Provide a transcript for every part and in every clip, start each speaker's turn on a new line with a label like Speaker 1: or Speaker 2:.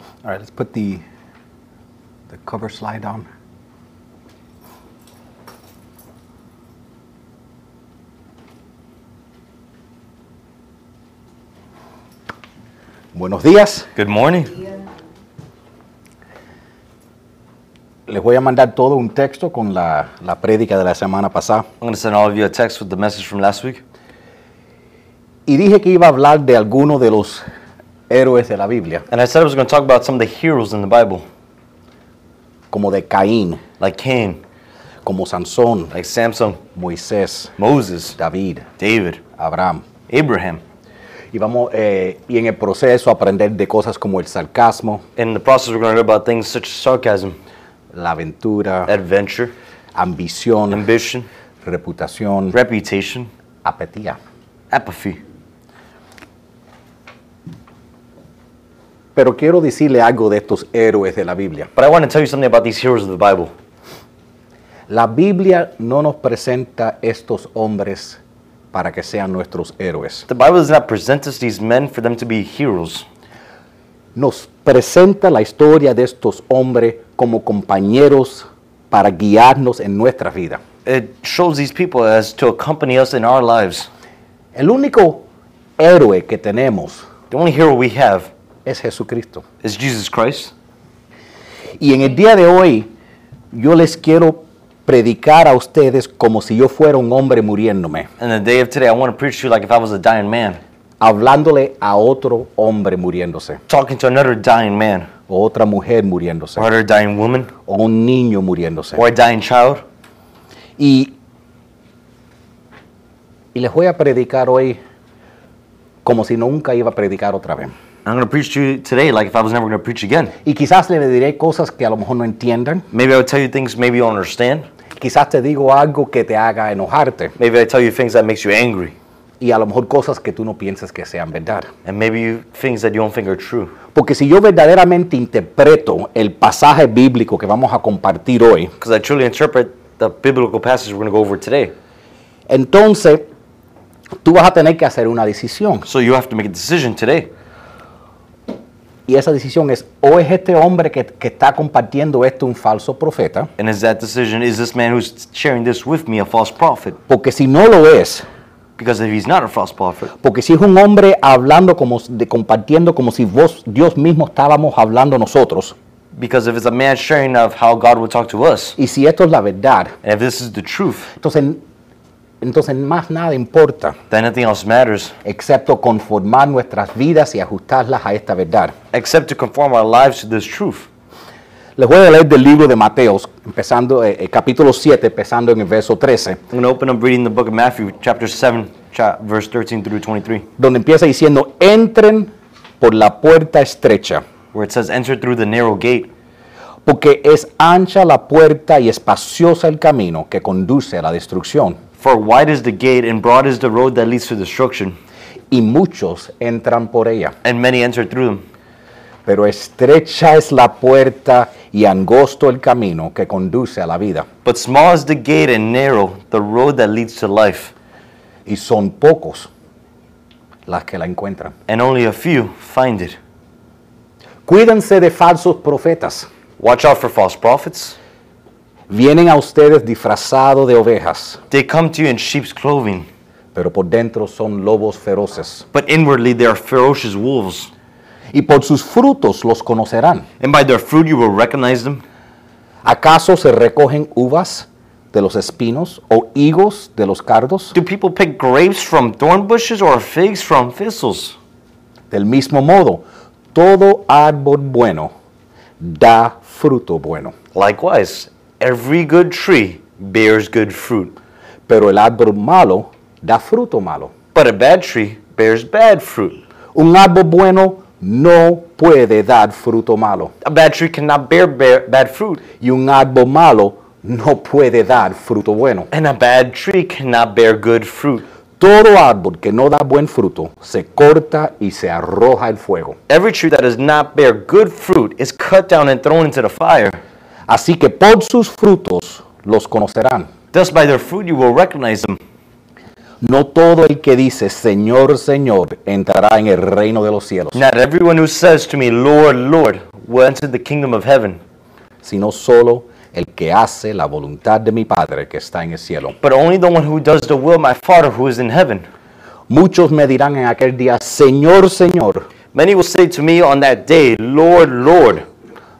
Speaker 1: All right, let's put the, the cover slide on. Buenos días.
Speaker 2: Good morning.
Speaker 1: Les voy a mandar todo un texto con la, la prédica de la semana pasada.
Speaker 2: I'm going to send all of you a text with the message from last week.
Speaker 1: Y dije que iba a hablar de alguno de los héroes de la Biblia,
Speaker 2: And I said I was going to talk about some of the heroes in the Bible,
Speaker 1: como de Caín,
Speaker 2: like Cain,
Speaker 1: como Sansón,
Speaker 2: like Samson,
Speaker 1: Moisés,
Speaker 2: Moses,
Speaker 1: David,
Speaker 2: David,
Speaker 1: Abraham.
Speaker 2: Abraham.
Speaker 1: Y, vamos, eh, y en el proceso aprender de cosas como el sarcasmo,
Speaker 2: In the process, we're going to learn about things such as sarcasm,
Speaker 1: la aventura,
Speaker 2: adventure,
Speaker 1: ambición,
Speaker 2: ambition,
Speaker 1: reputación,
Speaker 2: reputation,
Speaker 1: apatía.
Speaker 2: apathy.
Speaker 1: Pero quiero decirle algo de estos héroes de la Biblia.
Speaker 2: But I want to tell you something about these heroes of the Bible.
Speaker 1: La Biblia no nos presenta estos hombres para que sean nuestros héroes.
Speaker 2: The Bible does not present us these men for them to be heroes.
Speaker 1: Nos presenta la historia de estos hombres como compañeros para guiarnos en nuestra vida.
Speaker 2: It shows these people as to accompany us in our lives.
Speaker 1: El único héroe que tenemos
Speaker 2: The only hero we have
Speaker 1: es Jesucristo.
Speaker 2: is Jesus Christ.
Speaker 1: Y en el día de hoy yo les quiero predicar a ustedes como si yo fuera un hombre muriéndome,
Speaker 2: And the day of today, I want to preach to you like if I was a dying man,
Speaker 1: hablándole a otro hombre muriéndose,
Speaker 2: talking to another dying man,
Speaker 1: o otra mujer muriéndose,
Speaker 2: or another dying woman,
Speaker 1: o un niño muriéndose.
Speaker 2: or a dying child.
Speaker 1: Y, y les voy a predicar hoy como si nunca iba a predicar otra vez.
Speaker 2: I'm going to preach to you today like if I was never going to preach again.
Speaker 1: Y quizás le diré cosas que a lo mejor no entiendan.
Speaker 2: Maybe I would tell you things maybe you don't understand.
Speaker 1: Quizás te digo algo que te haga enojarte.
Speaker 2: Maybe I tell you things that makes you angry.
Speaker 1: Y a lo mejor cosas que tú no piensas que sean verdad.
Speaker 2: And maybe you, things that you don't think are true.
Speaker 1: Porque si yo verdaderamente interpreto el pasaje bíblico que vamos a compartir hoy,
Speaker 2: Because I truly interpret the biblical passage we're going to go over today.
Speaker 1: entonces tú vas a tener que hacer una decisión.
Speaker 2: So you have to make a decision today.
Speaker 1: Y esa decisión es, o es este hombre que, que está compartiendo esto un falso profeta,
Speaker 2: And is that decision, is this man who's sharing this with me a false prophet?
Speaker 1: porque si no lo es,
Speaker 2: Because if he's not a false prophet,
Speaker 1: Porque si es un hombre hablando como s- de compartiendo como si vos Dios mismo estábamos hablando nosotros,
Speaker 2: because if it's a man sharing of how God would talk to us,
Speaker 1: y si esto es la verdad,
Speaker 2: and if this is the truth,
Speaker 1: entonces entonces más nada importa
Speaker 2: then nothing else matters
Speaker 1: excepto conformar nuestras vidas y ajustarlas a esta verdad.
Speaker 2: except to conform our lives to this truth.
Speaker 1: Les voy a leer del libro de Mateos, empezando eh, eh, capítulo 7, empezando en el verso 13,
Speaker 2: I'm going to open up reading the book of Matthew, chapter 7, cha- verse 13 through 23,
Speaker 1: donde empieza diciendo, "Entren por la puerta estrecha,
Speaker 2: where it says, Enter through the narrow gate,
Speaker 1: porque es ancha la puerta y espaciosa el camino que conduce a la destrucción."
Speaker 2: for wide is the gate and broad is the road that leads to destruction,
Speaker 1: y muchos entran por ella.
Speaker 2: and many enter through them.
Speaker 1: Pero estrecha es la puerta y angosto el camino que conduce a la vida.
Speaker 2: But small is the gate and narrow the road that leads to life,
Speaker 1: Y son pocos las que la encuentran.
Speaker 2: and only a few find it.
Speaker 1: Cuídense de falsos profetas.
Speaker 2: Watch out for false prophets.
Speaker 1: Vienen a ustedes disfrazados de ovejas,
Speaker 2: They come to you in sheep's clothing,
Speaker 1: pero por dentro son lobos feroces.
Speaker 2: but inwardly they are ferocious wolves.
Speaker 1: Y por sus frutos los conocerán.
Speaker 2: And by their fruit you will recognize them.
Speaker 1: ¿Acaso se recogen uvas de los espinos o higos de los cardos?
Speaker 2: Do people pick grapes from thorn bushes or figs from thistles?
Speaker 1: Del mismo modo, todo árbol bueno da fruto bueno,
Speaker 2: Likewise, every good tree bears good fruit,
Speaker 1: pero el árbol malo da fruto malo.
Speaker 2: but a bad tree bears bad fruit.
Speaker 1: Un árbol bueno no puede dar fruto malo
Speaker 2: A bad tree cannot bear, bear bad fruit,
Speaker 1: y un árbol malo no puede dar fruto bueno.
Speaker 2: and a bad tree cannot bear good fruit.
Speaker 1: Todo árbol que no da buen fruto se corta y se arroja al fuego.
Speaker 2: Every tree that does not bear good fruit is cut down and thrown into the fire.
Speaker 1: Así que por sus frutos los conocerán.
Speaker 2: Thus, by their fruit you will recognize them.
Speaker 1: No todo el que dice Señor, Señor entrará en el reino de los cielos,
Speaker 2: Not everyone who says to me, Lord, Lord, will enter the kingdom of heaven,
Speaker 1: sino solo el que hace la voluntad de mi Padre que está en el cielo.
Speaker 2: but only the one who does the will of my Father who is in heaven.
Speaker 1: Muchos me dirán en aquel día, Señor, Señor,
Speaker 2: Many will say to me on that day, Lord, Lord,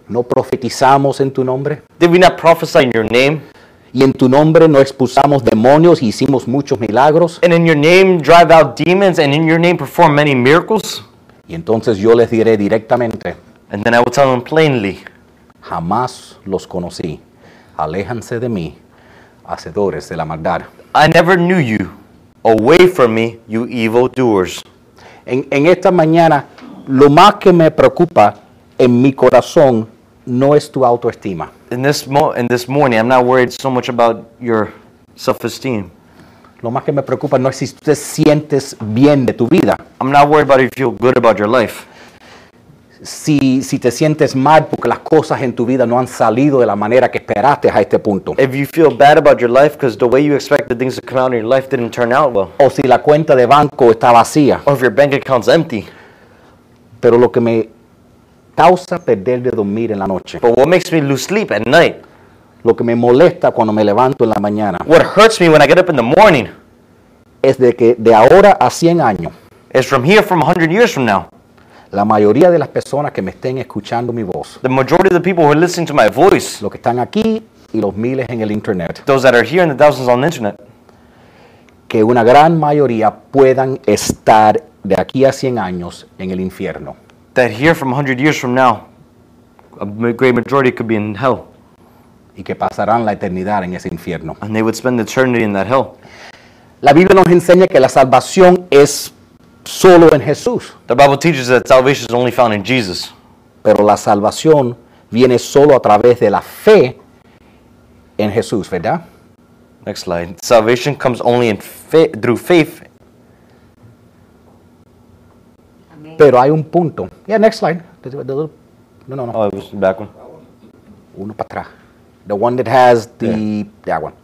Speaker 1: ¿no profetizamos en tu nombre?
Speaker 2: did we not prophesy in your name?
Speaker 1: Y en tu nombre no expulsamos demonios y hicimos muchos milagros.
Speaker 2: And in your name drive out demons, and in your name perform many miracles?
Speaker 1: Y entonces yo les diré directamente,
Speaker 2: And then I will tell them plainly,
Speaker 1: jamás los conocí. Aléjanse de mí, hacedores de la maldad.
Speaker 2: I never knew you. Away from me, you evildoers.
Speaker 1: En, en esta mañana, lo más que me preocupa en mi corazón no es tu autoestima.
Speaker 2: In this, mo- in this morning, I'm not worried so much about your self esteem.
Speaker 1: Lo más que me preocupa no es si tú te sientes bien de tu vida.
Speaker 2: I'm not worried about if you feel good about your life.
Speaker 1: Si, si te sientes mal porque las cosas en tu vida no han salido de la manera que esperaste a este punto.
Speaker 2: If you feel bad about your life because the way you expected things to come out in your life didn't turn out well.
Speaker 1: O si la cuenta de banco está vacía.
Speaker 2: Or if your bank account's empty.
Speaker 1: Pero lo que me causa perder de dormir en la noche.
Speaker 2: But what makes me lose sleep at night?
Speaker 1: Lo que me molesta cuando me levanto en la mañana.
Speaker 2: What hurts me when I get up in the morning
Speaker 1: Es de que de ahora a 100 años,
Speaker 2: is from here, from 100 years from now.
Speaker 1: la mayoría de las personas que me estén escuchando mi voz
Speaker 2: The majority of the people who are listening to my voice,
Speaker 1: los que están aquí y los miles en el Internet,
Speaker 2: those that are here and the thousands on the internet,
Speaker 1: que una gran mayoría puedan estar de aquí a 100 años en el infierno.
Speaker 2: that here from 100 years from now, a ma- great majority could be in hell.
Speaker 1: y que pasarán la eternidad en ese infierno.
Speaker 2: And they would spend eternity in that hell.
Speaker 1: La Biblia nos enseña que la salvación es solo en Jesús,
Speaker 2: The Bible teaches that salvation is only found in Jesus.
Speaker 1: pero la salvación viene solo a través de la fe en Jesús, ¿verdad?
Speaker 2: Next slide. Salvation comes only in fa- through faith.
Speaker 1: Pero hay un punto. Yeah, next slide. No, no, no.
Speaker 2: Oh, it was the back one.
Speaker 1: Uno para atrás. The one that has the that one.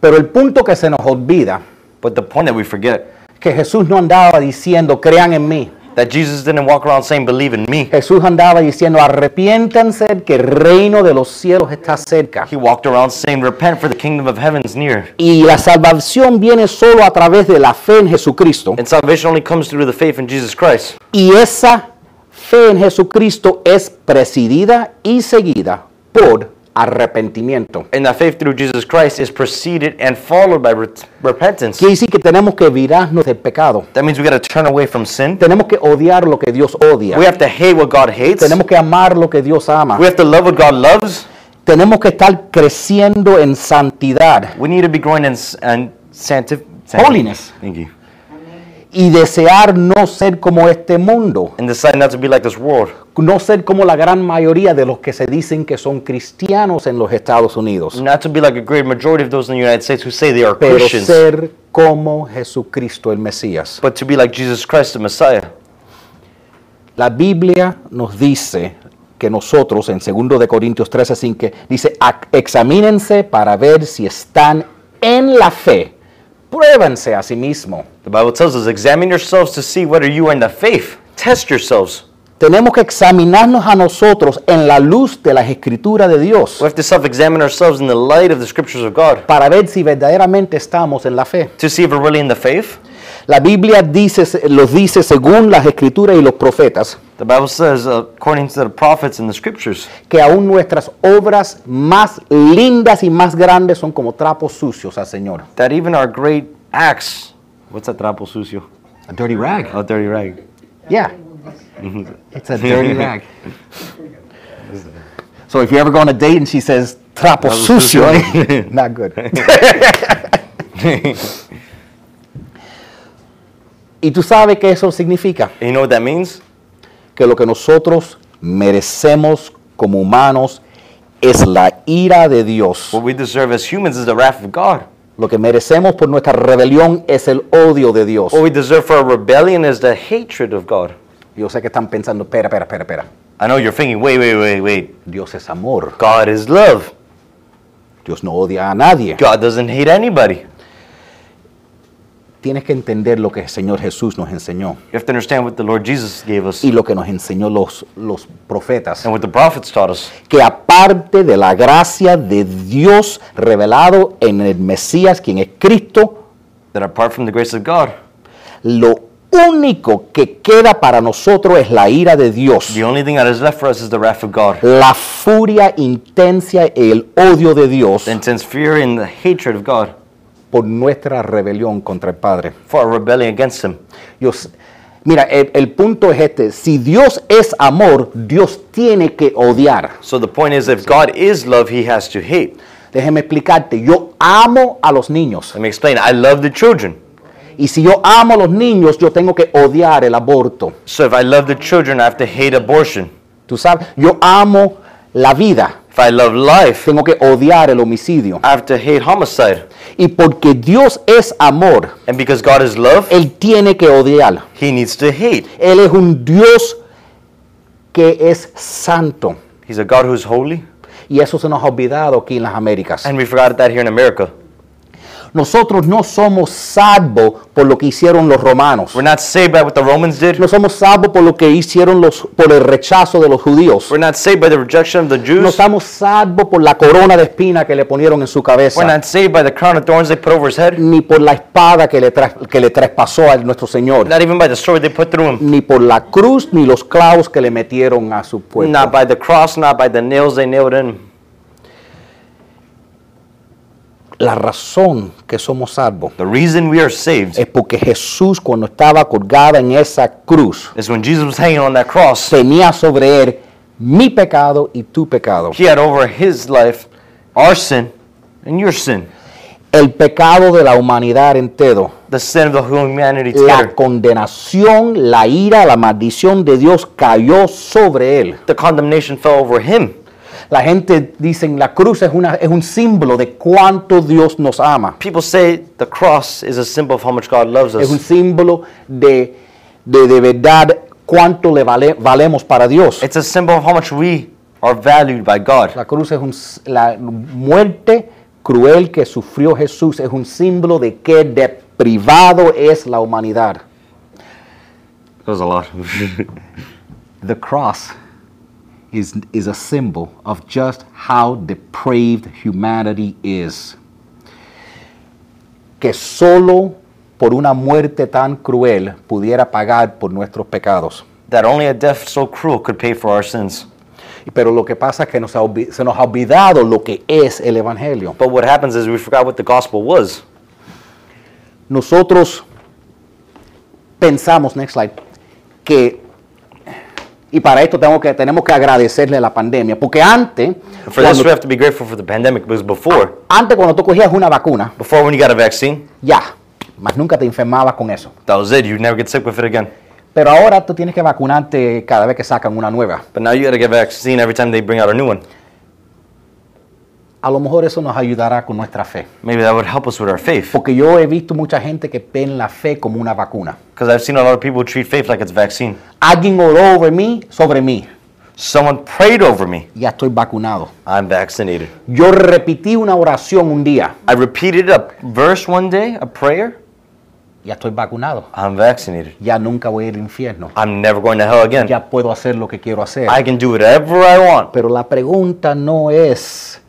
Speaker 1: Pero el punto que se nos olvida
Speaker 2: But the point that we forget
Speaker 1: que Jesús no andaba diciendo crean en mí.
Speaker 2: that Jesus didn't walk around saying, "Believe in me."
Speaker 1: Jesús andaba diciendo arrepiéntanse que el reino de los cielos está cerca.
Speaker 2: He walked around saying, "Repent, for the kingdom of heaven is near."
Speaker 1: Y la salvación viene solo a través de la fe en Jesucristo.
Speaker 2: And salvation only comes through the faith in Jesus Christ.
Speaker 1: Y esa fe en Jesucristo es presidida y seguida por arrepentimiento.
Speaker 2: And that faith through Jesus Christ is preceded and followed by re- repentance.
Speaker 1: Quiere decir que tenemos que virarnos del pecado.
Speaker 2: That means we got to turn away from sin.
Speaker 1: Tenemos que odiar lo que Dios odia.
Speaker 2: We have to hate what God hates.
Speaker 1: Tenemos que amar lo que Dios ama.
Speaker 2: We have to love what God loves.
Speaker 1: Tenemos que estar creciendo en santidad
Speaker 2: We need to be growing in, s- in sanctif- sancti-
Speaker 1: Holiness.
Speaker 2: Thank you.
Speaker 1: y desear no ser como este mundo,
Speaker 2: And decide not to be like this world.
Speaker 1: no ser como la gran mayoría de los que se dicen que son cristianos en los Estados Unidos.
Speaker 2: Not to be like a great majority of those in the United States who say they are
Speaker 1: pero
Speaker 2: Christians,
Speaker 1: ser como Jesucristo el Mesías.
Speaker 2: but to be like Jesus Christ, the Messiah.
Speaker 1: La Biblia nos dice que nosotros en 2 de Corintios 13, 5, dice, "Ac- examínense para ver si están en la fe. Pruébense a sí mismo.
Speaker 2: The Bible tells us, examine yourselves to see whether you are in the faith. Test yourselves.
Speaker 1: Tenemos que examinarnos a nosotros en la luz de las escrituras de Dios
Speaker 2: We have to self examine ourselves in the light of the scriptures of God
Speaker 1: para ver si verdaderamente estamos en la fe.
Speaker 2: to see if we're really in the faith.
Speaker 1: La Biblia dice, los dice según las escrituras y los profetas
Speaker 2: The Bible says, uh, according to the prophets and the scriptures,
Speaker 1: que aún nuestras obras más lindas y más grandes son como trapos sucios al Señor.
Speaker 2: that even our great acts, what's that trapo sucio?
Speaker 1: A dirty rag.
Speaker 2: A dirty rag.
Speaker 1: Yeah. It's a dirty rag. So if you ever go on a date and she says trapo sucio, eh? not good. y tú sabes que eso significa
Speaker 2: And you know what that means?
Speaker 1: que lo que nosotros merecemos como humanos es la ira de Dios.
Speaker 2: What we deserve as humans is the wrath of God.
Speaker 1: Lo que merecemos por nuestra rebelión es el odio de Dios.
Speaker 2: What we deserve for our rebellion is the hatred of God.
Speaker 1: Yo sé que están pensando, espera, espera, espera, espera.
Speaker 2: I know you're thinking, wait, wait, wait, wait.
Speaker 1: Dios es amor.
Speaker 2: God is love.
Speaker 1: Dios no odia a nadie.
Speaker 2: God doesn't hate anybody.
Speaker 1: tienes que entender lo que el Señor Jesús nos enseñó
Speaker 2: You have to understand what the Lord Jesus gave us
Speaker 1: y lo que nos enseñó los, los profetas.
Speaker 2: and what the prophets taught us.
Speaker 1: Que aparte de la gracia de Dios revelado en el Mesías, quien es Cristo,
Speaker 2: That apart from the grace of God,
Speaker 1: lo único que queda para nosotros es la ira de Dios,
Speaker 2: the only thing that is left for us is the wrath of God.
Speaker 1: la furia intensa y el odio de Dios
Speaker 2: The intense fury and the hatred of God
Speaker 1: por nuestra rebelión contra el Padre.
Speaker 2: for our rebellion against Him.
Speaker 1: Yo s- mira, el, el punto es este. Si Dios es amor, Dios tiene que odiar.
Speaker 2: So the point is, if God is love, He has to hate.
Speaker 1: Déjeme explicarte. Yo amo a los niños.
Speaker 2: Let me explain. I love the children.
Speaker 1: Y si yo amo a los niños, yo tengo que odiar el aborto.
Speaker 2: So if I love the children, I have to hate abortion.
Speaker 1: Tú sabes, yo amo la vida.
Speaker 2: If I love life,
Speaker 1: Tengo que odiar el homicidio.
Speaker 2: I have to hate homicide.
Speaker 1: Y porque Dios es amor,
Speaker 2: And because God is love,
Speaker 1: Él tiene que odiar.
Speaker 2: He needs to hate.
Speaker 1: Él es un Dios que es santo.
Speaker 2: He's a God who's holy.
Speaker 1: Y eso se nos ha olvidado aquí en las Américas.
Speaker 2: And we forgot that here in America.
Speaker 1: Nosotros no somos salvos por lo que hicieron los romanos.
Speaker 2: We're not saved by what the Romans did.
Speaker 1: No somos salvos por lo que hicieron los por el rechazo de los judíos.
Speaker 2: We're not saved by the rejection of the
Speaker 1: No
Speaker 2: Jews.
Speaker 1: estamos salvos por la corona de espina que le ponieron en su
Speaker 2: We're
Speaker 1: cabeza,
Speaker 2: not saved by the crown of thorns they put over his head.
Speaker 1: ni por la espada que le, tras- que le traspasó a nuestro Señor,
Speaker 2: Not even by the sword they put through him.
Speaker 1: ni por la cruz, ni los clavos que le metieron a su
Speaker 2: Not
Speaker 1: pueblo.
Speaker 2: by the cross, not by the nails they nailed in.
Speaker 1: La razón que somos salvos
Speaker 2: The reason we are saved
Speaker 1: es porque Jesús cuando estaba colgada en esa cruz,
Speaker 2: is when Jesus was hanging on that cross,
Speaker 1: tenía sobre él mi pecado y tu pecado.
Speaker 2: he had over his life our sin and your sin.
Speaker 1: el pecado de la humanidad entero,
Speaker 2: The sin of the whole humanity
Speaker 1: la
Speaker 2: together.
Speaker 1: condenación, la ira, la maldición de Dios cayó sobre él.
Speaker 2: The condemnation fell over him.
Speaker 1: La gente dice la cruz es, una, es un símbolo de cuánto Dios nos ama.
Speaker 2: People say the cross is a symbol of how much God loves
Speaker 1: Es un
Speaker 2: us.
Speaker 1: símbolo de de, de verdad cuánto le vale- valemos para Dios.
Speaker 2: It's a symbol of how much we are valued by God.
Speaker 1: La cruz es un, s- la muerte cruel que sufrió Jesús es un símbolo de que deprivado es la humanidad.
Speaker 2: That was a lot.
Speaker 1: The cross is, is a symbol of just how depraved humanity is. Que solo por una muerte tan cruel pudiera pagar por nuestros pecados.
Speaker 2: that only a death so cruel could pay for our sins.
Speaker 1: Pero lo que pasa es que nos ha olvi- se nos ha olvidado lo que es el Evangelio.
Speaker 2: But what happens is we forgot what the gospel was.
Speaker 1: Nosotros pensamos, next slide, que, y para esto tengo que, tenemos que agradecerle la pandemia, porque antes,
Speaker 2: For this,
Speaker 1: cuando-
Speaker 2: we have to be grateful for the pandemic because before,
Speaker 1: antes cuando tú cogías una vacuna,
Speaker 2: before when you got a vaccine,
Speaker 1: ya, más nunca te enfermabas con eso.
Speaker 2: that was it. You'd never get sick with it again.
Speaker 1: Pero ahora tú tienes que vacunarte cada vez que sacan una nueva.
Speaker 2: But now you got to get vaccine every time they bring out a new one.
Speaker 1: A lo mejor eso nos ayudará con nuestra fe.
Speaker 2: Maybe that would help us with our faith.
Speaker 1: Porque yo he visto mucha gente que ven la fe como una vacuna.
Speaker 2: Because I've seen a lot of people treat faith like it's a vaccine.
Speaker 1: Alguien oró sobre mí, sobre mí.
Speaker 2: Someone prayed over me.
Speaker 1: Ya estoy vacunado.
Speaker 2: I'm vaccinated.
Speaker 1: Yo repetí una oración un día.
Speaker 2: I repeated a verse one day, a prayer.
Speaker 1: Ya estoy vacunado.
Speaker 2: I'm vaccinated.
Speaker 1: Ya nunca voy a ir al infierno.
Speaker 2: I'm never going to hell again.
Speaker 1: Ya puedo hacer lo que quiero hacer.
Speaker 2: I can do whatever I want.
Speaker 1: Pero la pregunta no es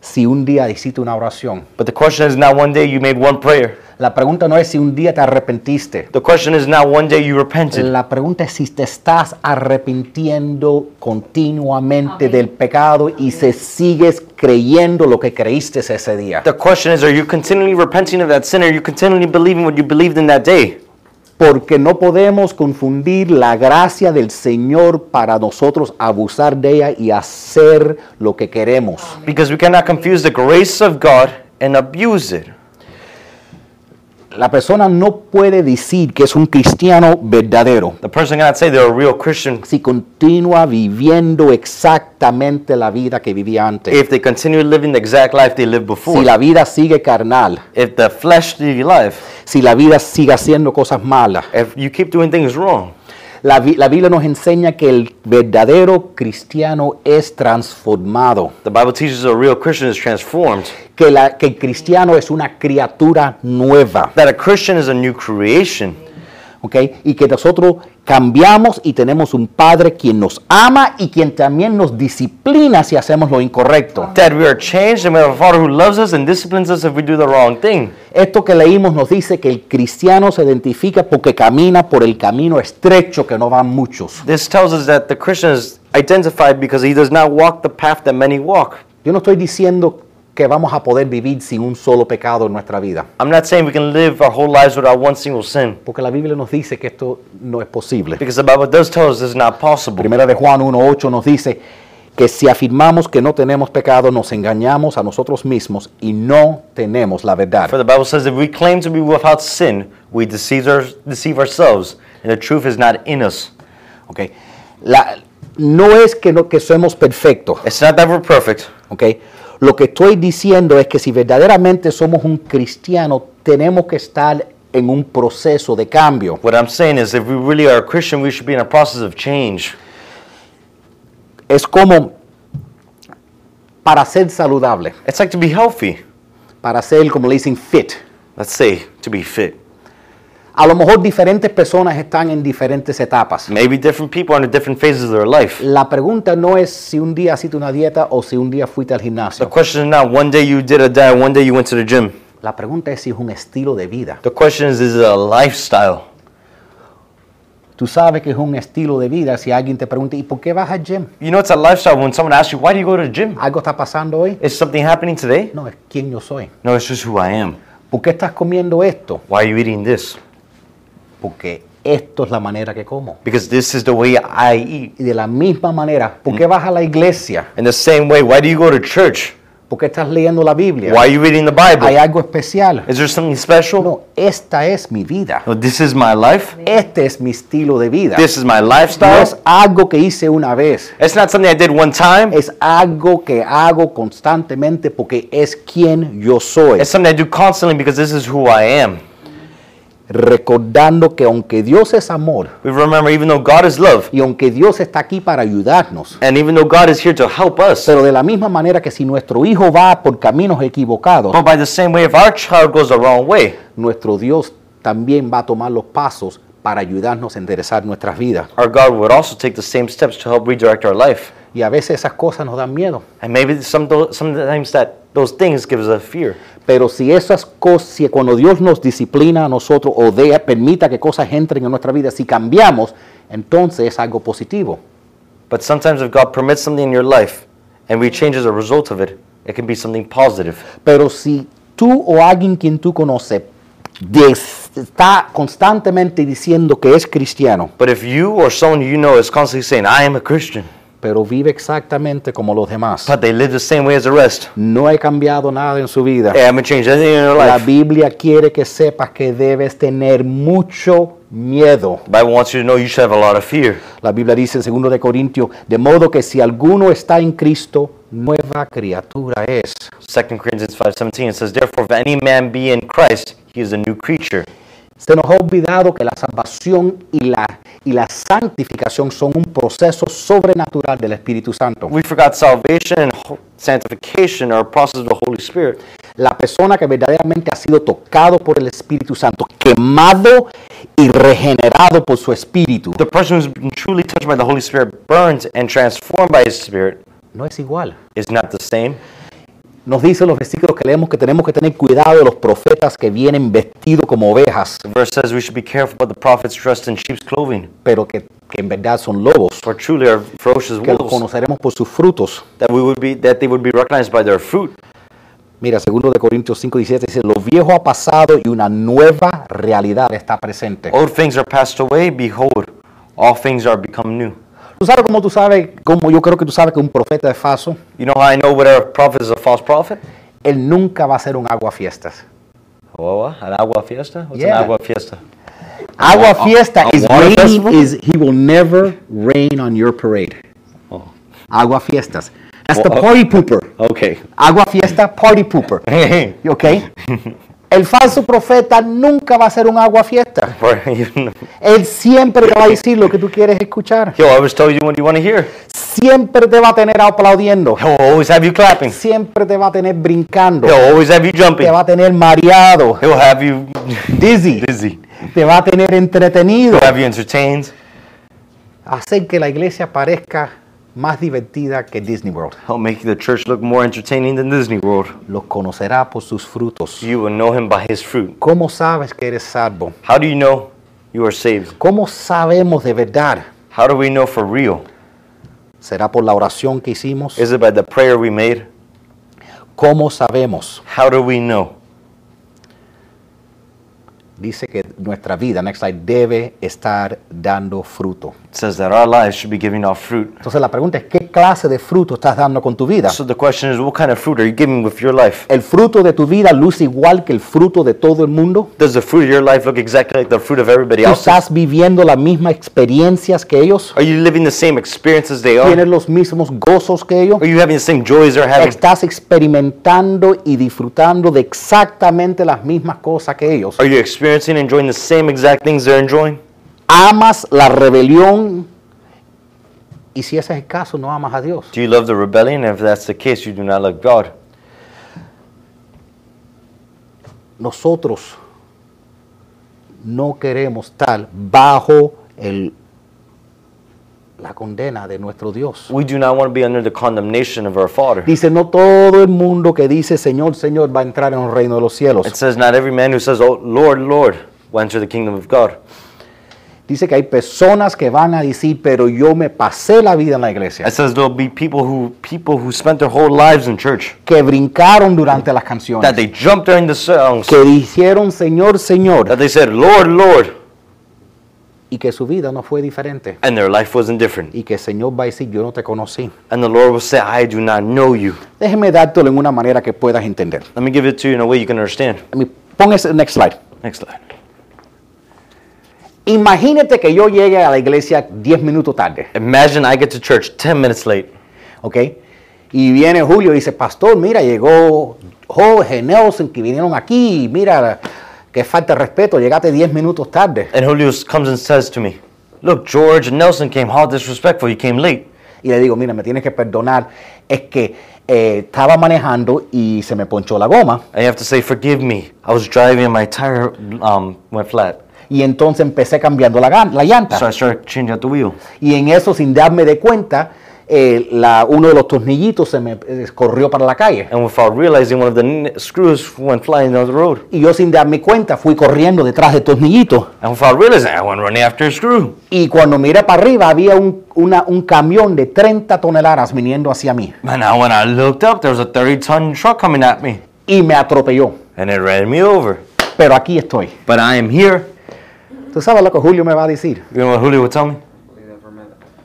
Speaker 1: si un día hiciste una oración.
Speaker 2: But the question is not one day you made one prayer.
Speaker 1: La pregunta no es si un día te arrepentiste.
Speaker 2: The question is not one day you repented.
Speaker 1: La pregunta es si te estás arrepintiendo continuamente del pecado y se sigues creyendo lo que creíste ese día.
Speaker 2: The question is, are you continually repenting of that sin? Are you continually believing what you believed in that day?
Speaker 1: Porque no podemos confundir la gracia del Señor para nosotros abusar de ella y hacer lo que queremos.
Speaker 2: Because we cannot confuse the grace of God and abuse it.
Speaker 1: La persona no puede decir que es un cristiano verdadero
Speaker 2: The person cannot say they're a real Christian
Speaker 1: si continúa viviendo exactamente la vida que vivía antes.
Speaker 2: if they continue living the exact life they lived
Speaker 1: Si
Speaker 2: before.
Speaker 1: la vida sigue carnal,
Speaker 2: If the fleshly life,
Speaker 1: si la vida sigue haciendo cosas malas,
Speaker 2: if you keep doing things wrong,
Speaker 1: La, Bi- la Biblia nos enseña que el verdadero cristiano es transformado,
Speaker 2: The Bible teaches a real Christian is transformed,
Speaker 1: que, la- que el cristiano es una criatura nueva,
Speaker 2: that a Christian is a new creation,
Speaker 1: ¿ok? Y que nosotros cambiamos y tenemos un Padre quien nos ama y quien también nos disciplina si hacemos lo incorrecto.
Speaker 2: that we are changed and we have a Father who loves us and disciplines us if we do the wrong thing.
Speaker 1: Esto que leímos nos dice que el cristiano se identifica porque camina por el camino estrecho que no van muchos.
Speaker 2: This tells us that the Christian is identified because he does not walk the path that many walk.
Speaker 1: Yo no estoy diciendo que vamos a poder vivir sin un solo pecado en nuestra vida,
Speaker 2: I'm not saying we can live our whole lives without one single sin,
Speaker 1: porque la Biblia nos dice que esto no es posible.
Speaker 2: because the Bible does tell us this is not possible.
Speaker 1: Primera de Juan 1.8 nos dice que si afirmamos que no tenemos pecado, nos engañamos a nosotros mismos y no tenemos la
Speaker 2: For
Speaker 1: verdad.
Speaker 2: the Bible says, if we claim to be without sin, we deceive, our, deceive ourselves, and the truth is not in us.
Speaker 1: ¿ok? La- no es que, no, que somos perfectos.
Speaker 2: It's not that we're perfect.
Speaker 1: ¿ok? Lo que estoy diciendo es que si verdaderamente somos un cristiano, tenemos que estar en un proceso de cambio.
Speaker 2: What I'm saying is, if we really are a Christian, we should be in a process of change.
Speaker 1: Es como para ser saludable,
Speaker 2: It's like to be healthy.
Speaker 1: para ser, como le dicen, fit.
Speaker 2: Let's say to be fit.
Speaker 1: A lo mejor diferentes personas están en diferentes etapas.
Speaker 2: Maybe different people are in different phases of their life.
Speaker 1: La pregunta no es si un día hiciste una dieta o si un día fuiste al
Speaker 2: The
Speaker 1: gimnasio.
Speaker 2: question is not one day you did a diet, one day you went to the gym.
Speaker 1: La pregunta es si es un estilo de vida.
Speaker 2: The question is, is it a lifestyle?
Speaker 1: Tú sabes que es un estilo de vida si alguien te pregunta, ¿y por qué vas al gym?
Speaker 2: You know, it's a lifestyle when someone asks you, why do you go to the gym?
Speaker 1: ¿Algo está pasando hoy?
Speaker 2: Is something happening today?
Speaker 1: No, es quién yo soy.
Speaker 2: No, it's just who I am.
Speaker 1: ¿Por qué estás comiendo esto?
Speaker 2: Why are you eating this?
Speaker 1: Porque esto es la manera que como.
Speaker 2: Because this is the way I eat.
Speaker 1: Y de la misma manera, ¿por qué vas a la iglesia?
Speaker 2: In the same way, why do you go to church?
Speaker 1: ¿Por qué estás leyendo la Biblia?
Speaker 2: Why are you reading the Bible?
Speaker 1: ¿Hay algo especial?
Speaker 2: Is there something special?
Speaker 1: No, esta es mi vida.
Speaker 2: No, this is my life.
Speaker 1: Este es mi estilo de vida.
Speaker 2: This is my
Speaker 1: No
Speaker 2: lifestyle.
Speaker 1: es algo que hice una vez.
Speaker 2: It's not something I did one time.
Speaker 1: Es algo que hago constantemente porque es quien yo soy.
Speaker 2: It's something I do constantly because this is who I am.
Speaker 1: Recordando que aunque Dios es amor
Speaker 2: We remember, even though God is love,
Speaker 1: y aunque Dios está aquí para ayudarnos,
Speaker 2: and even though God is here to help us,
Speaker 1: pero de la misma manera que si nuestro hijo va por caminos equivocados,
Speaker 2: but by the same way, if our child goes the wrong way,
Speaker 1: nuestro Dios también va a tomar los pasos para ayudarnos a enderezar nuestras vidas.
Speaker 2: our God would also take the same steps to help redirect our life.
Speaker 1: Y a veces esas cosas nos dan miedo.
Speaker 2: And maybe some, tho- sometimes that those things gives us a fear.
Speaker 1: Pero si esas cosas, si cuando Dios nos disciplina a nosotros o de- permita que cosas entren en nuestra vida, si cambiamos, entonces es algo positivo.
Speaker 2: But sometimes if God permits something in your life and we change as a result of it, it can be something positive.
Speaker 1: Pero si tú o alguien quien tú conoces des- está constantemente diciendo que es cristiano,
Speaker 2: But if you or someone you know is constantly saying, I am a Christian,
Speaker 1: pero vive exactamente como los demás,
Speaker 2: but they live the same way as the rest,
Speaker 1: no ha cambiado nada en su vida,
Speaker 2: they haven't changed anything in their
Speaker 1: La
Speaker 2: life.
Speaker 1: Biblia quiere que sepas que debes tener mucho miedo.
Speaker 2: The Bible wants you to know you should have a lot of fear.
Speaker 1: La Biblia dice en 2 de Corintios, de modo que si alguno está en Cristo, nueva criatura es.
Speaker 2: 2 Corinthians 5.17 says, Therefore, if any man be in Christ, he is a new creature.
Speaker 1: Se nos ha olvidado que la salvación y la, y la santificación son un proceso sobrenatural del Espíritu Santo.
Speaker 2: We forgot salvation and ho- sanctification are a process of the Holy Spirit.
Speaker 1: La persona que verdaderamente ha sido tocado por el Espíritu Santo, quemado y regenerado por su Espíritu,
Speaker 2: The person who's been truly touched by the Holy Spirit, burned and transformed by His Spirit,
Speaker 1: no es igual.
Speaker 2: is not the same.
Speaker 1: Nos dicen los versículos que leemos que tenemos que tener cuidado de los profetas que vienen vestidos como ovejas,
Speaker 2: The verse says we should be careful about the prophets dressed in sheep's clothing,
Speaker 1: pero que, que en verdad son lobos,
Speaker 2: for truly are ferocious
Speaker 1: que los
Speaker 2: wolves,
Speaker 1: conoceremos por sus frutos.
Speaker 2: that we would be that they would be recognized by their fruit.
Speaker 1: Mira, segundo de Corintios 5, 17 dice, lo viejo ha pasado y una nueva realidad está presente.
Speaker 2: Old things are passed away, behold, all things are become new.
Speaker 1: ¿Tú sabes cómo tú sabes, cómo yo creo que tú sabes que un profeta es falso?
Speaker 2: You know how I know whether a prophet is a false prophet?
Speaker 1: Él nunca va a ser un agua fiestas.
Speaker 2: Oh, uh, an agua fiesta? What's
Speaker 1: Yeah.
Speaker 2: an agua fiesta?
Speaker 1: Agua
Speaker 2: wa-
Speaker 1: fiesta
Speaker 2: a
Speaker 1: is
Speaker 2: water
Speaker 1: raining,
Speaker 2: festival?
Speaker 1: is he will never rain on your parade.
Speaker 2: Oh.
Speaker 1: Agua fiestas. That's the
Speaker 2: Wa-
Speaker 1: party pooper.
Speaker 2: Okay.
Speaker 1: Agua fiesta, party pooper.
Speaker 2: Hey,
Speaker 1: You okay? El falso profeta nunca va a ser un agua fiesta.
Speaker 2: Or, you know,
Speaker 1: Él siempre te va a decir lo que tú quieres escuchar.
Speaker 2: he'll always tell you what you want to hear.
Speaker 1: Siempre te va a tener aplaudiendo.
Speaker 2: He'll always have you clapping.
Speaker 1: Siempre te va a tener brincando.
Speaker 2: He'll always have you
Speaker 1: Te
Speaker 2: jumping.
Speaker 1: va a tener mareado,
Speaker 2: He'll have you
Speaker 1: dizzy.
Speaker 2: dizzy.
Speaker 1: Te va a tener entretenido.
Speaker 2: He'll have you entertained.
Speaker 1: Hacer que la iglesia parezca más divertida que Disney World.
Speaker 2: He'll make the church look more entertaining than Disney World.
Speaker 1: Los conocerá por sus frutos.
Speaker 2: You will know him by his fruit.
Speaker 1: ¿Cómo sabes que eres salvo?
Speaker 2: How do you know you are saved?
Speaker 1: ¿Cómo sabemos de verdad?
Speaker 2: How do we know for real?
Speaker 1: ¿Será por la oración que hicimos?
Speaker 2: Is it by the prayer we made?
Speaker 1: ¿Cómo sabemos?
Speaker 2: How do we know?
Speaker 1: Dice que nuestra vida, next slide, debe estar dando fruto.
Speaker 2: It says that our lives should be giving off fruit.
Speaker 1: Entonces la pregunta es, ¿qué clase de fruto estás dando con tu vida?
Speaker 2: So the question is, what kind of fruit are you giving with your life?
Speaker 1: ¿El fruto de tu vida luce igual que el fruto de todo el mundo?
Speaker 2: Does the fruit of your life look exactly like the fruit of everybody
Speaker 1: ¿Tú
Speaker 2: else's?
Speaker 1: estás viviendo las mismas experiencias que ellos?
Speaker 2: Are you living the same experiences they are?
Speaker 1: ¿Tienes los mismos gozos que ellos?
Speaker 2: Are you having the same joys they're having?
Speaker 1: ¿Estás experimentando y disfrutando de exactamente las mismas cosas que ellos?
Speaker 2: Are you experiencing and enjoying the same exact things they're enjoying?
Speaker 1: ¿Amas la rebelión? Y si ese es el caso, no amas a Dios.
Speaker 2: Do you love the rebellion? If that's the case, you do not love God.
Speaker 1: Nosotros no queremos estar bajo el- la condena de nuestro Dios.
Speaker 2: We do not want to be under the condemnation of our Father.
Speaker 1: Dice, no todo el mundo que dice Señor, Señor va a entrar en el reino de los
Speaker 2: It
Speaker 1: cielos.
Speaker 2: says, Not every man who says, Oh, Lord, Lord, will enter the kingdom of God.
Speaker 1: Dice que hay personas que van a decir, pero yo me pasé la vida en la iglesia.
Speaker 2: It says there'll be people who people who spent their whole lives in church.
Speaker 1: Que brincaron durante las
Speaker 2: That
Speaker 1: canciones.
Speaker 2: they jumped during the songs.
Speaker 1: Que dijeron Señor, Señor.
Speaker 2: That they said, Lord, Lord.
Speaker 1: Y que su vida no fue diferente.
Speaker 2: And their life wasn't different.
Speaker 1: y que el Señor va a decir, yo no te conocí.
Speaker 2: And the Lord will say, I do not know you.
Speaker 1: Déjeme dártelo en una manera que puedas entender.
Speaker 2: Let me give it to you in a way you can understand.
Speaker 1: I mean, Pon ese next slide.
Speaker 2: Next slide.
Speaker 1: Imagínate que yo llegue a la iglesia 10 minutos tarde,
Speaker 2: Imagine I get to church 10 minutes late.
Speaker 1: ¿ok? Y viene Julio y dice, pastor, mira, llegó Jorge, Nelson, que vinieron aquí, mira, que falta de respeto, llegaste 10 minutos tarde.
Speaker 2: And Julio comes and says to me, Look, George and Nelson came. How disrespectful. You came late.
Speaker 1: Y le digo, mira, me tienes que perdonar, es que eh, estaba manejando y se me ponchó la goma.
Speaker 2: And you have to say, Forgive me. I was driving and my tire um, went flat.
Speaker 1: Y entonces empecé cambiando la, gan- la llanta.
Speaker 2: So I started changing out the wheel.
Speaker 1: Y en eso, sin darme de cuenta, eh, la- uno de los tornillitos se me eh, corrió para la calle.
Speaker 2: And without realizing, one of the n- screws went flying down the road.
Speaker 1: Y yo, sin darme cuenta, fui corriendo detrás del tornillito.
Speaker 2: And without realizing, I went running after a screw.
Speaker 1: Y cuando miré para arriba, había un, una- un camión de 30 toneladas viniendo hacia mí.
Speaker 2: And now when I looked up, there was a 30 ton truck coming at me.
Speaker 1: Y me atropelló.
Speaker 2: And it ran me over.
Speaker 1: Pero aquí estoy.
Speaker 2: But I am here.
Speaker 1: ¿Tú sabes lo que Julio me va a decir?
Speaker 2: You know what Julio would tell me?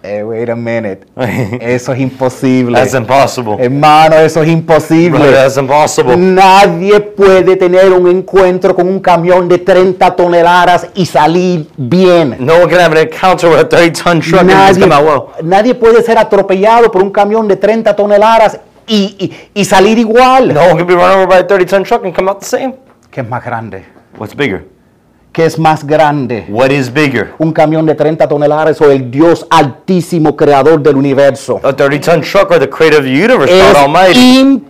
Speaker 1: Eh, wait a minute. Eso es imposible.
Speaker 2: That's impossible.
Speaker 1: Hermano, eso es
Speaker 2: Brother,
Speaker 1: imposible.
Speaker 2: that's impossible.
Speaker 1: Nadie puede tener un encuentro con un camión de 30 toneladas y salir bien.
Speaker 2: No one can have an encounter with a 30 ton truck and it's
Speaker 1: Nadie,
Speaker 2: come out well.
Speaker 1: nadie puede ser atropellado por un camión de 30 toneladas y, y- y salir igual.
Speaker 2: No one can be run over by a 30 ton truck and come out the same.
Speaker 1: ¿Qué es más grande?
Speaker 2: What's bigger?
Speaker 1: ¿Qué es más grande?
Speaker 2: What is bigger?
Speaker 1: ¿Un camión de 30 toneladas o el Dios altísimo creador del universo?
Speaker 2: A 30 ton truck or the creator of the universe, God
Speaker 1: Es
Speaker 2: Almighty?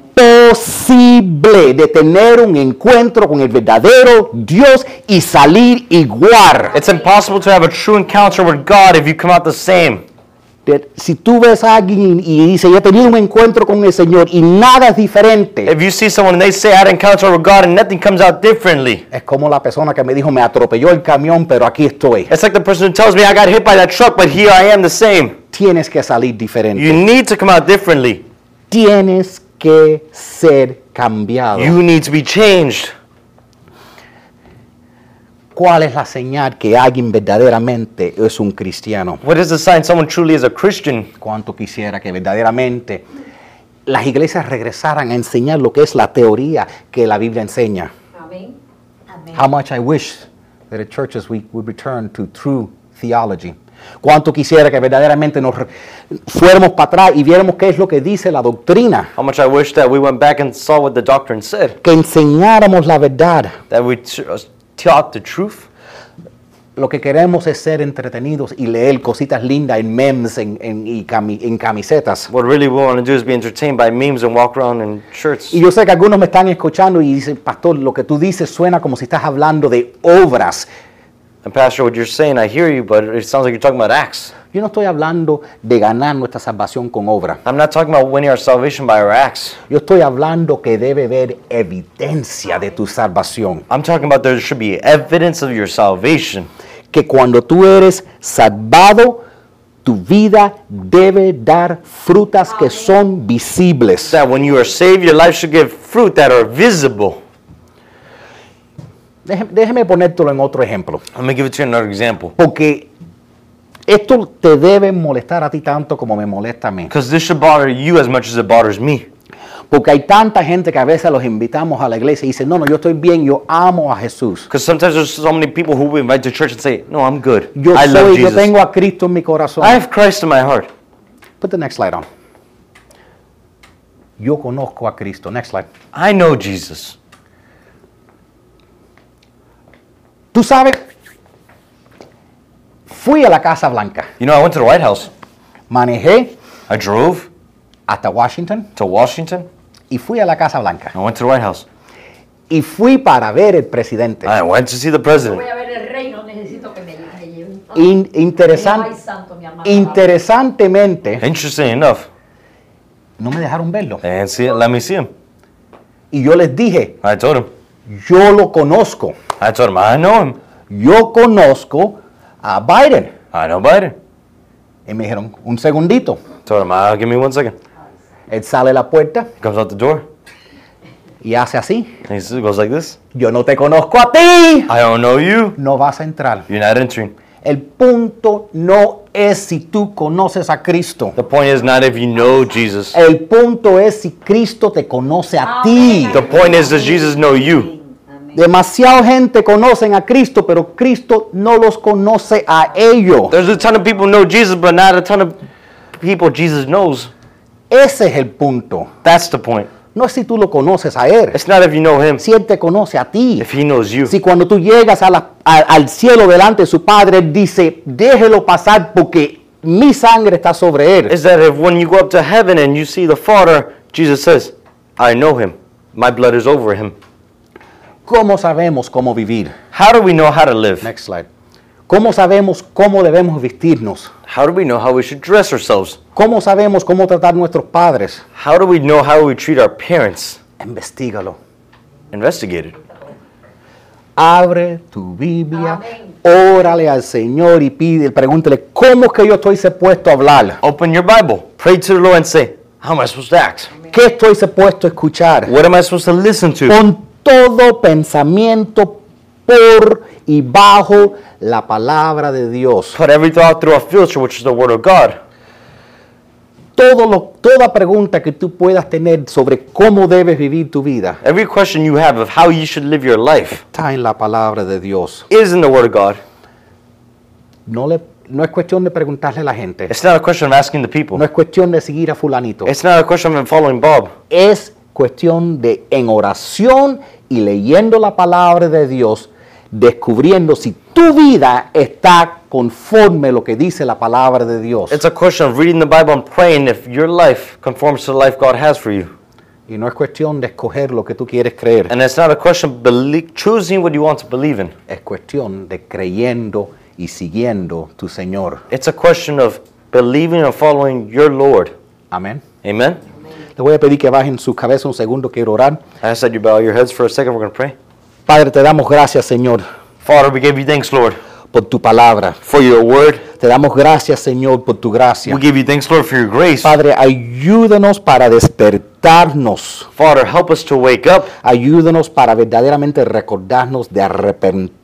Speaker 1: imposible de tener un encuentro con el verdadero Dios y salir igual.
Speaker 2: It's impossible to have a true encounter with God if you come out the same.
Speaker 1: De- Si tú ves a alguien y dice, yo he tenido un encuentro con el Señor y nada es diferente,
Speaker 2: If you see someone and they say, I had an encounter with God and nothing comes out differently,
Speaker 1: es como la persona que me dijo, me atropelló el camión, pero aquí estoy.
Speaker 2: it's like the person who tells me I got hit by that truck, but here I am the same.
Speaker 1: Tienes que salir diferente.
Speaker 2: You need to come out differently.
Speaker 1: Tienes que ser cambiado.
Speaker 2: You need to be changed.
Speaker 1: ¿Cuál es la señal que alguien verdaderamente es un cristiano?
Speaker 2: What is the sign someone truly is a Christian?
Speaker 1: Cuánto quisiera que verdaderamente las iglesias regresaran a enseñar lo que es la teoría que la Biblia enseña.
Speaker 3: Amén. Amén.
Speaker 1: How much I wish that the churches we would return to true theology. Cuánto quisiera que verdaderamente nos re- fuéramos para atrás y viéramos qué es lo que dice la doctrina,
Speaker 2: How much I wish that we went back and saw what the doctrine said,
Speaker 1: que enseñáramos la verdad.
Speaker 2: that we t- uh, taught the truth.
Speaker 1: Lo que queremos es ser entretenidos y leer cositas lindas en memes en- en- y cami- en camisetas.
Speaker 2: What really we want to do is be entertained by memes and walk around in shirts.
Speaker 1: Y yo sé que algunos me están escuchando y dicen, pastor, lo que tú dices suena como si estás hablando de obras.
Speaker 2: And Pastor, what you're saying, I hear you, but it sounds like you're talking about acts.
Speaker 1: Yo no estoy hablando de ganar nuestra salvación con obra.
Speaker 2: I'm not talking about winning our salvation by our acts.
Speaker 1: Yo estoy hablando que debe haber evidencia de tu salvación.
Speaker 2: I'm talking about there should be evidence of your salvation.
Speaker 1: Que cuando tú eres salvado, tu vida debe dar frutas que son visibles.
Speaker 2: That when you are saved, your life should give fruit that are visible.
Speaker 1: Déjeme, déjeme ponértelo en otro ejemplo.
Speaker 2: Let me give it to you another example.
Speaker 1: Porque esto te debe molestar a ti tanto como me molesta a mí.
Speaker 2: Because this should bother you as much as it bothers me.
Speaker 1: Porque hay tanta gente que a veces los invitamos a la iglesia y dicen, no, no, yo estoy bien, yo amo a Jesús.
Speaker 2: Because sometimes there's so many people who we invite to church and say, No, I'm good.
Speaker 1: Yo
Speaker 2: I love
Speaker 1: soy, yo
Speaker 2: Jesus.
Speaker 1: tengo a Cristo en mi corazón.
Speaker 2: I have Christ in my heart.
Speaker 1: Put the next slide on. Yo conozco a Cristo. Next slide.
Speaker 2: I know Jesus.
Speaker 1: Tú sabes, fui a la Casa Blanca,
Speaker 2: You know, I went to the White House.
Speaker 1: manejé
Speaker 2: I drove
Speaker 1: hasta Washington
Speaker 2: to Washington.
Speaker 1: y fui a la Casa Blanca.
Speaker 2: I went to the White House.
Speaker 1: Y fui para ver el presidente.
Speaker 2: I went to see the
Speaker 3: Voy
Speaker 2: president.
Speaker 3: a ver el reino, necesito que me, me lleven.
Speaker 1: In- interesan-
Speaker 3: Ay, santo, mi amada.
Speaker 1: interesantemente,
Speaker 2: Interesting enough.
Speaker 1: no me dejaron verlo.
Speaker 2: And see, let me see him.
Speaker 1: Y yo les dije,
Speaker 2: I told him.
Speaker 1: yo lo conozco.
Speaker 2: I told him, I know him.
Speaker 1: Yo conozco a Biden.
Speaker 2: I know Biden.
Speaker 1: Y me dijeron, un segundito.
Speaker 2: Told him, ah, give me one second.
Speaker 1: Él sale a la puerta
Speaker 2: He comes out the door.
Speaker 1: y hace así.
Speaker 2: And he s- goes like this.
Speaker 1: Yo no te conozco a ti.
Speaker 2: I don't know you.
Speaker 1: No vas a entrar.
Speaker 2: You're not entering.
Speaker 1: El punto no es si tú conoces a Cristo.
Speaker 2: The point is not if you know Jesus.
Speaker 1: El punto es si Cristo te conoce a ti.
Speaker 2: The point is, does Jesus know you?
Speaker 1: Demasiada gente conocen a Cristo, pero Cristo no los conoce a ellos.
Speaker 2: There's a ton of people know Jesus, but not a ton of people Jesus knows.
Speaker 1: Ese es el punto.
Speaker 2: That's the point.
Speaker 1: No es si tú lo conoces a Él.
Speaker 2: It's not if you know him,
Speaker 1: Si Él te conoce a ti.
Speaker 2: if he knows you.
Speaker 1: Si cuando tú llegas a la- a- al cielo delante de su Padre, Él dice, déjelo pasar porque mi sangre está sobre Él.
Speaker 2: Is that if when you go up to heaven and you see the Father, Jesus says, I know him. My blood is over him.
Speaker 1: ¿Cómo sabemos cómo vivir?
Speaker 2: How do we know how to live?
Speaker 1: Next slide. ¿Cómo sabemos cómo debemos vestirnos?
Speaker 2: How do we know how we should dress ourselves?
Speaker 1: ¿Cómo sabemos cómo tratar a nuestros padres?
Speaker 2: How do we know how we treat our parents?
Speaker 1: Investígalo.
Speaker 2: Investigate it.
Speaker 1: Abre tu Biblia,
Speaker 3: Amén.
Speaker 1: órale al Señor y pide, pregúntele, ¿cómo es que yo estoy supuesto a hablar?
Speaker 2: Open your Bible. Pray to the Lord and say, How am I supposed to act?
Speaker 1: ¿Qué estoy supuesto a escuchar?
Speaker 2: What am I supposed to listen to?
Speaker 1: Con todo pensamiento por y bajo la palabra de Dios.
Speaker 2: Put every thought through a filter, which is the Word of God.
Speaker 1: Todo lo, toda pregunta que tú puedas tener sobre cómo debes vivir tu vida
Speaker 2: Every question you have of how you should live your life
Speaker 1: está en la palabra de Dios.
Speaker 2: is in the Word of God.
Speaker 1: No, le- no es cuestión de preguntarle a la gente.
Speaker 2: It's not a question of asking the people.
Speaker 1: No es cuestión de seguir a fulanito.
Speaker 2: It's not a question of following Bob.
Speaker 1: Es cuestión de en oración y leyendo la palabra de Dios, descubriendo si tu vida está conforme a lo que dice la palabra de Dios.
Speaker 2: It's a question of reading the Bible and praying if your life conforms to the life God has for you.
Speaker 1: Y no es cuestión de escoger lo que tú quieres creer.
Speaker 2: And it's not a question of belie- choosing what you want to believe in.
Speaker 1: Es cuestión de creyendo y siguiendo tu Señor.
Speaker 2: It's a question of believing and following your Lord.
Speaker 1: Amén.
Speaker 2: Amen?
Speaker 1: Le voy a pedir que bajen sus cabezas un segundo, quiero orar.
Speaker 2: I ask that you bow your heads for a second. We're going to pray.
Speaker 1: Padre, te damos gracias, Señor,
Speaker 2: Father, we give you thanks, Lord,
Speaker 1: por tu palabra.
Speaker 2: for your word.
Speaker 1: Te damos gracias, Señor, por tu gracia.
Speaker 2: We give you thanks, Lord, for your grace.
Speaker 1: Padre, ayúdanos para despertarnos.
Speaker 2: Father, help us to wake up.
Speaker 1: Ayúdanos para verdaderamente recordarnos de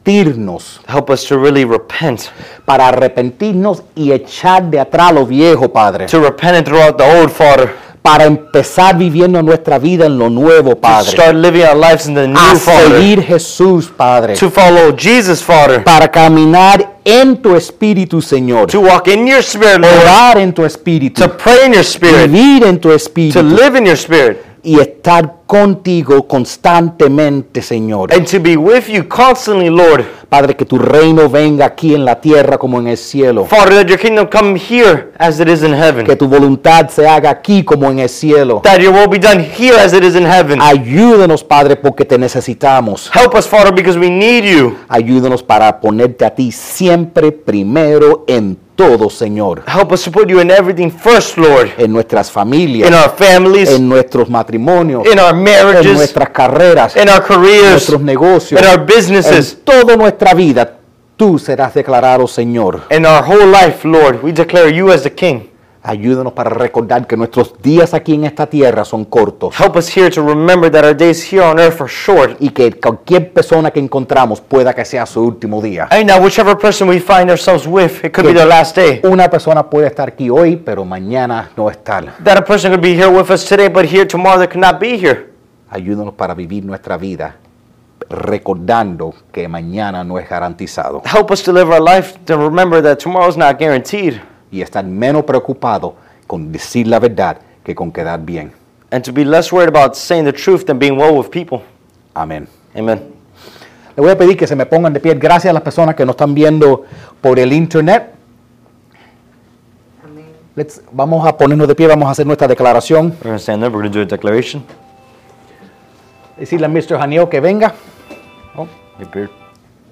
Speaker 1: arrepentirnos.
Speaker 2: Help us to really repent.
Speaker 1: Para arrepentirnos y echar de atrás lo viejo, Padre.
Speaker 2: To repent and throw out the old, Father.
Speaker 1: Para empezar viviendo nuestra vida en lo nuevo,
Speaker 2: To
Speaker 1: Padre.
Speaker 2: start living our lives in the new,
Speaker 1: A
Speaker 2: Father.
Speaker 1: seguir Jesús, Padre.
Speaker 2: To follow Jesus, Father.
Speaker 1: Para caminar en tu espíritu, Señor.
Speaker 2: to walk in your spirit, Lord,
Speaker 1: Orar en tu espíritu.
Speaker 2: to pray in your spirit,
Speaker 1: Vivir en tu
Speaker 2: to
Speaker 1: espíritu.
Speaker 2: live in your spirit,
Speaker 1: Y estar contigo constantemente, Señor.
Speaker 2: and to be with you constantly, Lord.
Speaker 1: Padre, que tu reino venga aquí en la tierra como en el cielo.
Speaker 2: Father, let your kingdom come here as it is in heaven.
Speaker 1: Que tu voluntad se haga aquí como en el cielo.
Speaker 2: That your will be done here as it is in heaven.
Speaker 1: Ayúdanos, Padre, porque te necesitamos.
Speaker 2: Help us, Father, because we need you.
Speaker 1: Ayúdanos para ponerte a ti siempre primero en todo, Señor.
Speaker 2: Help us to put you in everything first, Lord.
Speaker 1: En nuestras familias,
Speaker 2: In our families,
Speaker 1: en nuestros matrimonios,
Speaker 2: in our
Speaker 1: en
Speaker 2: marriages,
Speaker 1: nuestras carreras,
Speaker 2: in our
Speaker 1: en
Speaker 2: careers,
Speaker 1: nuestros negocios,
Speaker 2: in our
Speaker 1: en
Speaker 2: businesses,
Speaker 1: toda nuestra vida. Tú serás declarado Señor.
Speaker 2: in our whole life, Lord. We declare you as the King.
Speaker 1: Ayúdanos para recordar que nuestros días aquí en esta tierra son cortos
Speaker 2: Help us here to remember that our days here on earth are short.
Speaker 1: y que cualquier persona que encontramos pueda que sea su último día.
Speaker 2: And now, whichever person we find ourselves with, it could be their last day.
Speaker 1: Una persona puede estar aquí hoy, pero mañana no estar.
Speaker 2: That a person could be here with us today, but here tomorrow they could not be here.
Speaker 1: Ayúdanos para vivir nuestra vida recordando que mañana no es garantizado
Speaker 2: Help us to live our life to remember that tomorrow's not guaranteed.
Speaker 1: y estar menos preocupado con decir la verdad que con quedar bien.
Speaker 2: and to be less worried about saying the truth than being well with people.
Speaker 1: Amén.
Speaker 2: Amen.
Speaker 1: Le voy a pedir que se me pongan de pie. Gracias a las personas que nos están viendo por el internet.
Speaker 3: Amén.
Speaker 1: Let's- vamos a ponernos de pie, vamos a hacer nuestra declaración.
Speaker 2: We're going to stand up. We're going to do a declaration.
Speaker 1: Decirle a Mr. Janiel que venga.
Speaker 2: Your beard.